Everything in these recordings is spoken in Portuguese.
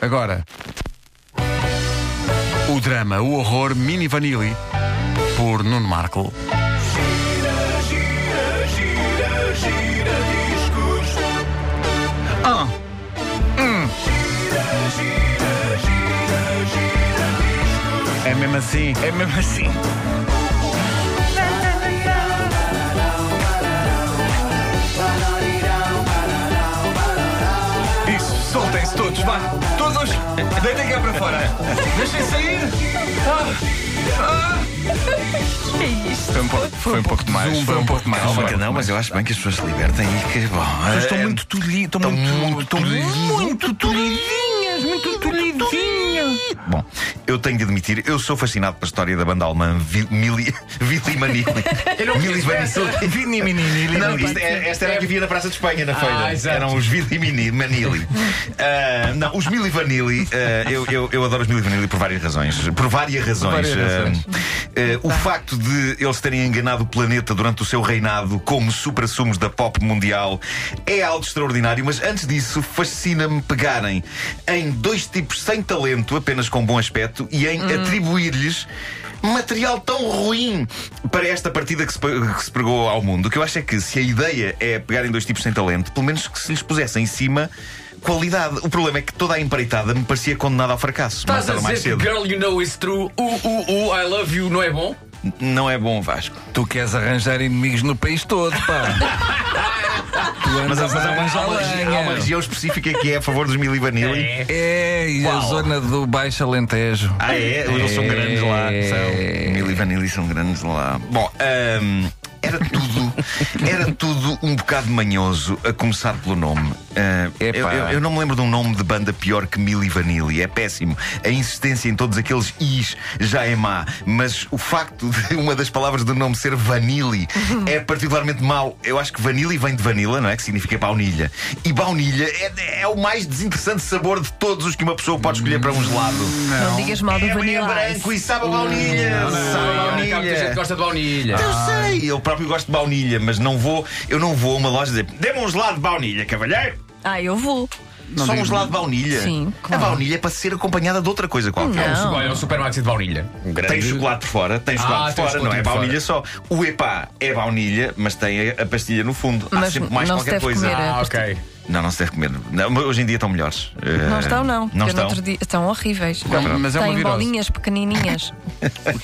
Agora, o drama, o horror Mini Vanilli por Nuno Marco. Ah. Hum. É mesmo assim, é mesmo assim. Isso, soltem-se todos, vá! Todos! Deitem cá para fora! Deixem sair! Ah. Foi um pouco, foi um pouco demais. Zoom, Foi um pouco demais. Calma que não, mas eu acho bem que as pessoas se libertem e que, bom. Mas eh, Estão muito tolhidos, estão muito. Estão muito tolhidinhas, muito tolhidinhas! Bom, eu tenho de admitir, eu sou fascinado pela história da banda alemã Vi- Mili Vili Manili. é um Mili Vanilli. Vini, mini, mini. Não, isto é- esta era a que havia na Praça de Espanha na feira. Ah, exato. Eram os Vili Mini- Manili. Ah, não, os Mili Vanilli, ah, eu, eu, eu adoro os Mili Vanilli por várias razões. Por várias razões. várias Ah, razões. Tá. ah, o facto de eles terem enganado o planeta durante o seu reinado como supra-sumos da pop mundial é algo extraordinário, mas antes disso, fascina-me pegarem em dois tipos sem talento, apenas com bom aspecto, e em atribuir-lhes material tão ruim para esta partida que se, pe- que se pregou ao mundo. O que eu acho é que se a ideia é pegarem dois tipos sem talento, pelo menos que se lhes pusessem em cima. Qualidade. O problema é que toda a empreitada me parecia condenada ao fracasso. mais Estás a tarde ou mais dizer cedo. que Girl You Know Is True, u, u, u, I Love You, não é bom? N- Não é bom, Vasco. Tu queres arranjar inimigos no país todo, pá. Tu Mas há, andas mas há a uma, há arranjar uma regi- há uma lenha. região específica que é a favor dos Mili Vanilli. É, e a zona do Baixo Alentejo. Ah, é? Eles são É. grandes lá. São. Mili Vanilli são grandes lá. Bom, ahm, era tudo, era tudo um bocado manhoso, a começar pelo nome. Ah, Epá. eu, eu- eu não me lembro de um nome de banda pior que Mili Vanilli. É péssimo. A insistência em todos aqueles is já é má. Mas o facto de uma das palavras do nome ser Vanilli é particularmente mau. Eu acho que Vanilli vem de vanilla, não é? Que significa baunilha. E baunilha é, é o mais desinteressante sabor de todos os que uma pessoa pode escolher para um gelado. Não digas mal do É, é Vanilla branco Ice. e sabe a baunilha. sabe a Há muita gente que baunilha. gosta de baunilha. Eu sei, eu próprio gosto de baunilha, mas não vou, eu não vou a uma loja dizer, dê-me um gelado de baunilha, cavalheiro. Ah, eu vou. Só um gelado de baunilha. Sim, claro. A baunilha é para ser acompanhada de outra coisa qualquer. Não. Olha, é um supermarket de baunilha. Tem chocolate por fora, tem Ah, chocolate tem por fora, não é chocolate por baunilha só. O epá é baunilha, mas tem a a pastilha no fundo. Há Mas sempre mais não se qualquer deve coisa. comer. Ah, ok. Não, não se deve comer. Não, mas hoje em dia estão melhores. Não Eh, estão, não. Não Eu no estão. outro dia- Estão horríveis. pronto. Mas é uma Têm virose. bolinhas pequenininhas.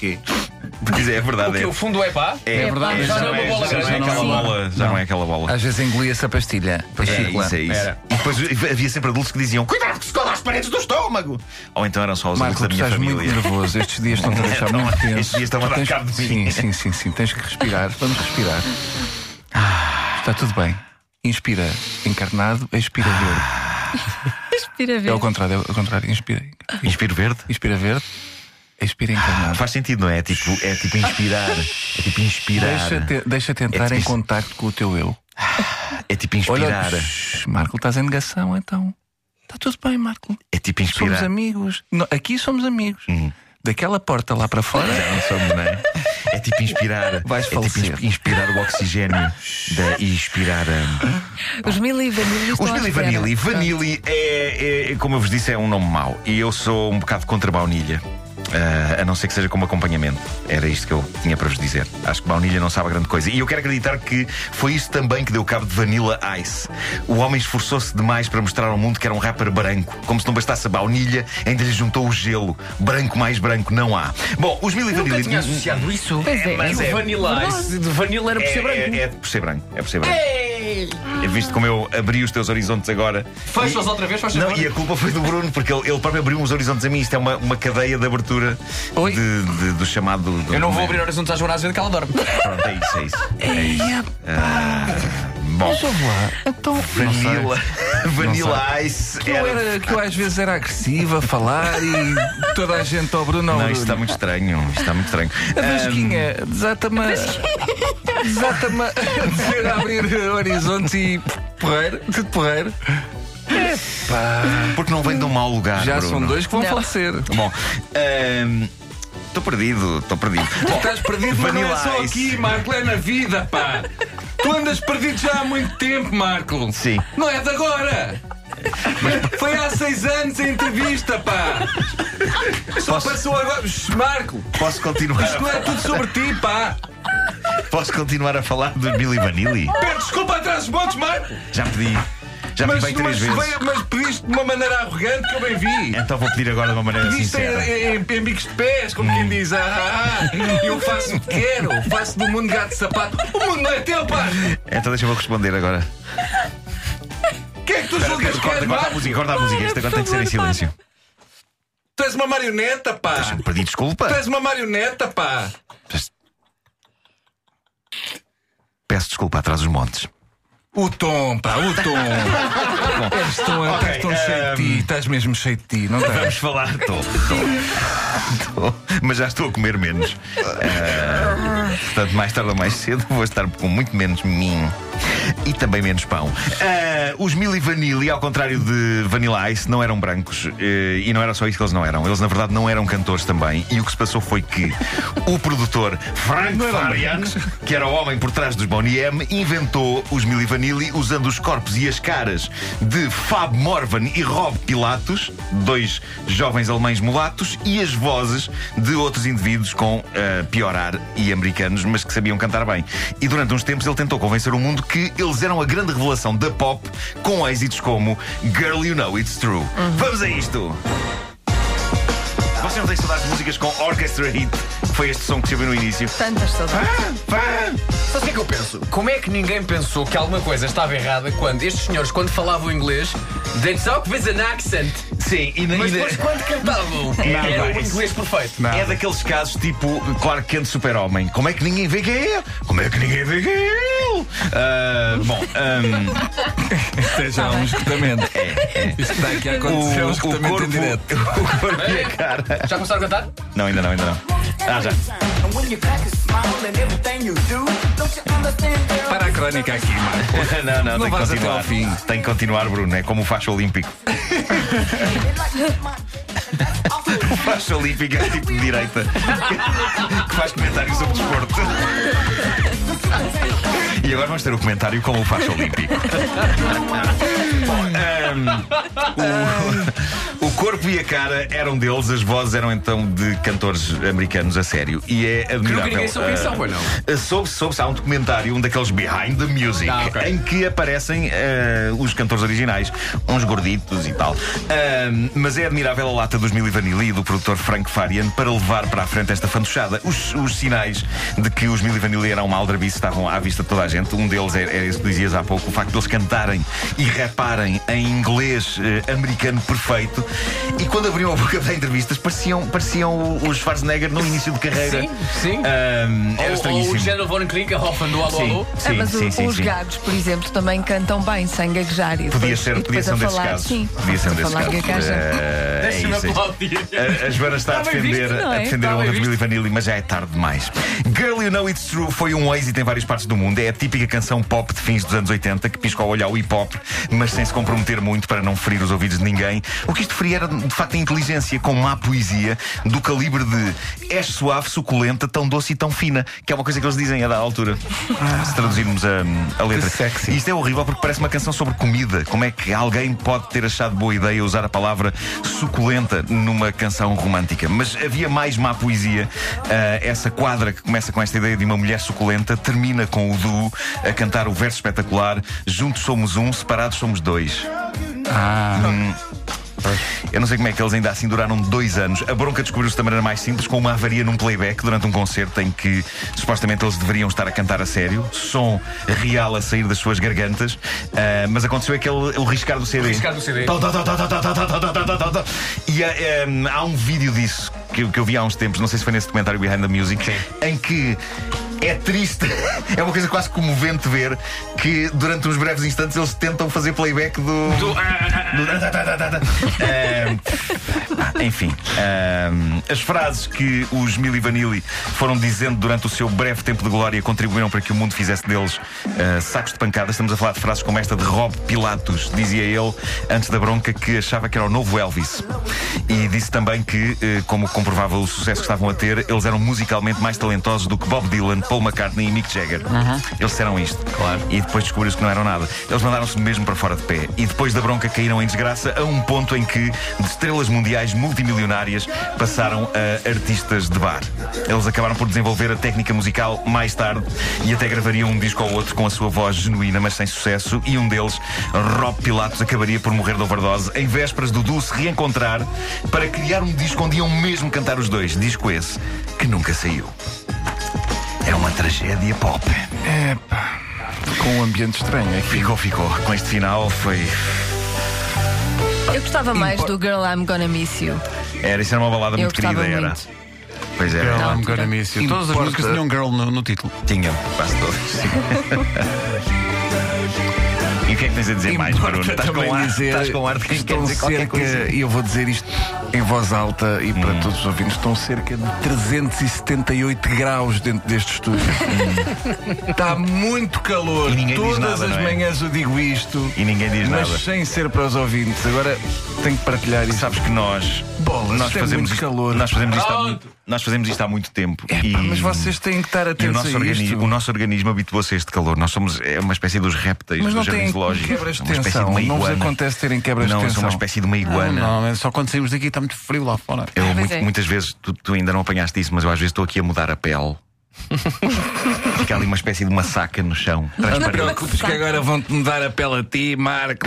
Pois é, é O verdade. que é. o fundo é pá? É, É verdade, já já não não é é uma bola já não é grande, aquela sim. bola. Já não é aquela bola. Às vezes engolia-se a pastilha. Pastícula. É isso, é isso. Era. E depois havia sempre adultos que diziam: Cuidado que se cola às paredes do estômago! Ou então eram só os Marco, tu adultos da estás minha muito família. nervoso. Estes dias estão a deixar Estão- muito tenso. estes dias estão a dar Tens- cabo de Sim, mim. sim, sim, sim. Tens que respirar. Vamos respirar. Ah. Está tudo bem. Inspira encarnado, expira Ah. verde. Respira É ver. ao contrário, é ao contrário. Inspira, Inspiro verde? inspira verde, expira encarnado. Faz sentido, não é? É tipo, é tipo inspirar. É tipo inspirar. Deixa-te deixa entrar É em difícil. contacto com o teu eu. É tipo Olha, inspirar. shh, Marco, estás em negação, então. Está tudo bem, Marco. É tipo Somos inspirar. amigos. No- aqui somos amigos. Uhum. Daquela porta lá para fora. Já não somos, não é? É tipo inspirar. Vais é tipo falecer. inspi- inspirar o oxigênio da- e inspirar. hum. Os mil e vanilhas Os estão à Mili espera. Vanilli. Vanilli é, é- como eu vos disse, é um nome mau. E eu sou um bocado contra baunilha. Ah, a não ser que seja como acompanhamento. Era isto que eu tinha para vos dizer. Acho que baunilha não sabe a grande coisa. E eu quero acreditar que foi isso também que deu cabo de Vanilla Ice. O homem esforçou-se demais para mostrar ao mundo que era um rapper branco. Como se não bastasse a baunilha, ainda lhe juntou o gelo. Branco mais branco não há. Bom, os Mili Nunca Vanilli. hum, tinha associado isso. Pois é. mas E é- o Vanilla Ice de Vanilla era por É, ser branco. é, é por ser branco. É por ser branco. É visto como eu abri os teus horizontes agora. Fecha-os outra vez, faz Não, favor. e a culpa foi do Bruno, porque ele, ele próprio abriu uns horizontes a mim. Isto é uma, uma cadeia de abertura Oi. de- de- do chamado. do- Eu não vou abrir horizontes à Joana às vezes que ela dorme. Pronto, é isso, é isso. É isso. Ah, bom, Então, Vanilla, Vanilla Ice. Que eu, era, que eu às vezes era agressiva a falar e toda a gente ao Bruno. ao Não, Bruno. isto tá- Hum. está muito estranho. Isto está muito estranho. Ah, A Vasquinha, desata-me. a- Desata-me a dizer a abrir horizontes e porreiro, tudo porreiro. Ah, porque não vem de um mau lugar. Já Bruno. são dois que vão Não. falecer. Bom, ahm, estou perdido, estou perdido. Tu Bom, estás perdido, mas não é Vanilla só Ice. aqui, Marco, é na vida, pá. Tu andas perdido já há muito tempo, Marco. Sim. Não é de agora. Foi há seis anos a entrevista, pá! Só Posso- passou agora. Shh, Marco, Posso continuar, isto é tudo sobre ti, pá! posso continuar a falar do Billy Vanilli? Pede desculpa atrás dos montes, Marco! Já pedi. Já Mas, é- pedi bem mas, três vezes. veio- mas pediste de uma maneira arrogante que eu bem vi! Então vou pedir agora de É uma maneira Pediste em, sincera. em, em bicos de pés, como Hum. quem diz, ah, ah, ah, eu faço o que quero, faço do mundo gato de sapato. O mundo não é teu, pá! Então deixa-me responder agora. O que é que tu julgas que é, Corta, corta a Marco? música, corta a música. Olha, Este agora por tem que ser em favor, silêncio. Tu és uma marioneta, pá! Pedi desculpa. Tu és uma marioneta, pá! Peço desculpa atrás dos montes. O tom, pá, o tom. Eles estão, Ok, ehm, eles estão cheio de ti, estás mesmo cheio de ti, não estás? Vamos falar. Estou. Mas já estou a comer menos. Ah, portanto, mais tarde ou mais cedo vou estar com muito menos mim. E também menos pão. Ah, os Mili Vanilli, ao contrário de Vanilla Ice, não eram brancos. eh, e não era só isso que eles não eram. Eles, na verdade, não eram cantores também. E o que se passou foi que o produtor Frank Farian, que era o homem por trás dos Bonnie M, inventou os Mili Vanilli usando os corpos e as caras de Fab Morvan e Rob Pilatos, dois jovens alemães mulatos, e as vozes de outros indivíduos com eh, pior ar e americanos, mas que sabiam cantar bem. E durante uns tempos ele tentou convencer o mundo que eles eram a grande revelação da pop, com êxitos como Girl You Know It's True. Uhum. Vamos a isto! Você não tem saudades de músicas com orchestra hit? Foi este som que se ouviu no início. Tantas Ah, saudades. Sabe o que é que eu penso? Como é que ninguém pensou que alguma coisa estava errada quando estes senhores, quando falavam inglês, they talk with an accent, Sim, e, na- mas e na- depois quando cantavam, era o inglês perfeito. é daqueles casos tipo Clark Kent Super-Homem. Como é que ninguém vê que é ele? Como é que ninguém vê que é ele? Ah, bom, ahm, Esteja há um esgotamento. Isto está aqui a acontecer, um É, o, o, esgotamento em direto. corpo, o corpo e a cara. Já começaram a cantar? Não, ainda não, ainda não. Ah, já. And when you crack a smile and everything you do, don't you understand, girl? Para a crónica aqui, Marco. Não, não, Não tem que vás até continuar. ao fim. Tem que continuar, Bruno. É como o facho olímpico. They like to hit my- That's awful. O facho olímpico é o tipo de direita que faz comentários sobre desporto. E agora vamos ter o comentário com o facho olímpico. Bom, ahm, o, o corpo e a cara eram deles, as vozes eram então de cantores americanos a sério. E é Que admirável. nunca ninguém soube quem ah, são, pois não? Soube, soube, há um documentário, um daqueles behind the music, Ah, ok. em que aparecem eh, os cantores originais, uns gorditos e tal. Ahm, mas é admirável a lata dos Mili Vanilli e do produtor Frank Farian para levar para a frente esta fantochada. Os, os sinais de que os Mili Vanilli eram uma aldrabice estavam à vista de toda a gente. Um deles era, era esse que dizias há pouco, o facto de eles cantarem e raparem em inglês eh, americano perfeito. E quando abriam a boca para entrevistas, pareciam, pareciam os Schwarzenegger no início de carreira. Sim, sim. Ahm, era Ou, ou estranhíssimo. o Jenna Von Klinkerhoffen do Alô Alô? Sim, Ah, sim, mas o- sim, sim, os sim. gagos, por exemplo, também cantam bem sem gaguejar. E Podia depois- ser, podia e depois ser um a desses falar, casos. Sim, Podia ser um desses falar casos. gagueja. Eh, é Deixa-me isso, é isso. aplaudir. A- A Joana está a Está bem defender, visto, não é? a, defender um a Está bem onda de visto. Milli Vanilli, mas já é tarde demais. Girl You Know It's True foi um êxito em várias partes do mundo. É a típica canção pop de fins dos anos 80 que pisca o olho ao hip hop, mas sem se comprometer muito para não ferir os ouvidos de ninguém. O que isto feria era de facto a inteligência com má poesia do calibre de és suave, suculenta, tão doce e tão fina, que é uma coisa que eles dizem a da altura. Se traduzirmos a, a letra. Que sexy. E isto é horrível porque parece uma canção sobre comida. Como é que alguém pode ter achado boa ideia usar a palavra suculenta numa canção romântica? Mas havia mais má poesia. Ah, essa quadra que começa com esta ideia de uma mulher suculenta termina com o duo a cantar o verso espetacular: Juntos somos um, separados somos dois. Eu não sei como é que eles ainda assim duraram dois anos. A bronca descobriu-se da maneira mais simples, com uma avaria num playback durante um concerto em que supostamente eles deveriam estar a cantar a sério, som real a sair das suas gargantas, ah, mas aconteceu aquele o riscar do CD. riscar do CD. Tó, tó, tó, tó, tó, tó, tó, tó, tó, tó, tó, tó. E ah, ehm, há um vídeo disso que, que eu vi há uns tempos, não sei se foi nesse documentário Behind the Music, em que. É triste, é uma coisa quase comovente ver que durante uns breves instantes eles tentam fazer playback do, Do- ah, ah, ah. do- Eh, pá, É, Enfim, ahm, as frases que os Mili Vanilli foram dizendo durante o seu breve tempo de glória contribuíram para que o mundo fizesse deles ah, sacos de pancada. Estamos a falar de frases como esta de Rob Pilatos, dizia ele antes da bronca que achava que era o novo Elvis. E disse também que, eh, como comprovava o sucesso que estavam a ter, eles eram musicalmente mais talentosos do que Bob Dylan, Paul McCartney e Mick Jagger. Eles disseram isto. Claro. E depois descobriu-se que não eram nada. Eles mandaram-se mesmo para fora de pé. E depois da bronca caíram em desgraça a um ponto em que de estrelas mundiais multimilionárias passaram a artistas de bar. Eles acabaram por desenvolver a técnica musical mais tarde e até gravariam um disco ao outro com a sua voz genuína, mas sem sucesso. E um deles, Rob Pilatos, acabaria por morrer de overdose em vésperas do duo se reencontrar para criar um disco onde iam mesmo cantar os dois. Disco esse que nunca saiu. É uma tragédia pop. Com um ambiente estranho aqui. Ficou, ficou. Com este final foi. É. Eu gostava mais do Girl I'm Gonna Miss You. Era, isso era uma balada Eu muito gostava querida, era. muito. Pois era. Não. Girl, I'm altura. gonna miss you. Todas as Importa. músicas tinham girl no, no título. Tinha, quase todos. e o que é que tens a dizer mais, Importa Bruno? Estás também com, ar, dizer, estás com ar de quem quer estão dizer qualquer cerca, coisa. Hum. E eu vou é dizer isto em voz alta e para todos os ouvintes: estão cerca de 378 graus dentro deste estúdio. Está muito calor. Hum. E ninguém diz Todas nada, as não é? manhãs eu digo isto. E ninguém diz mas nada. sem ser para os ouvintes. Agora tenho que partilhar isto. Sabes que nós. Bolas, nós isto é muito isto, calor. Nós fazemos isto, há Pronto. muito, nós fazemos isto há muito tempo. e, Epá, mas vocês têm que estar e o, atentos nosso a organi- isto. o nosso organismo habituou-se a este calor. Nós somos é uma espécie dos répteis Mas do não jardim têm zoológico. quebras de uma espécie de tensão. uma Não vos iguana. acontece terem quebras de Não, sou tensão. Ah, uma espécie de uma iguana. Normalmente só quando saímos daqui está muito frio lá fora. Eu Ah, pois muito- é. muitas vezes, tu, tu ainda não apanhaste isso, mas eu às vezes estou aqui a mudar a pele. Fica ali uma espécie de uma saca no chão. é Não te transparente. preocupes que agora vão-te mudar a pele a ti, Marco.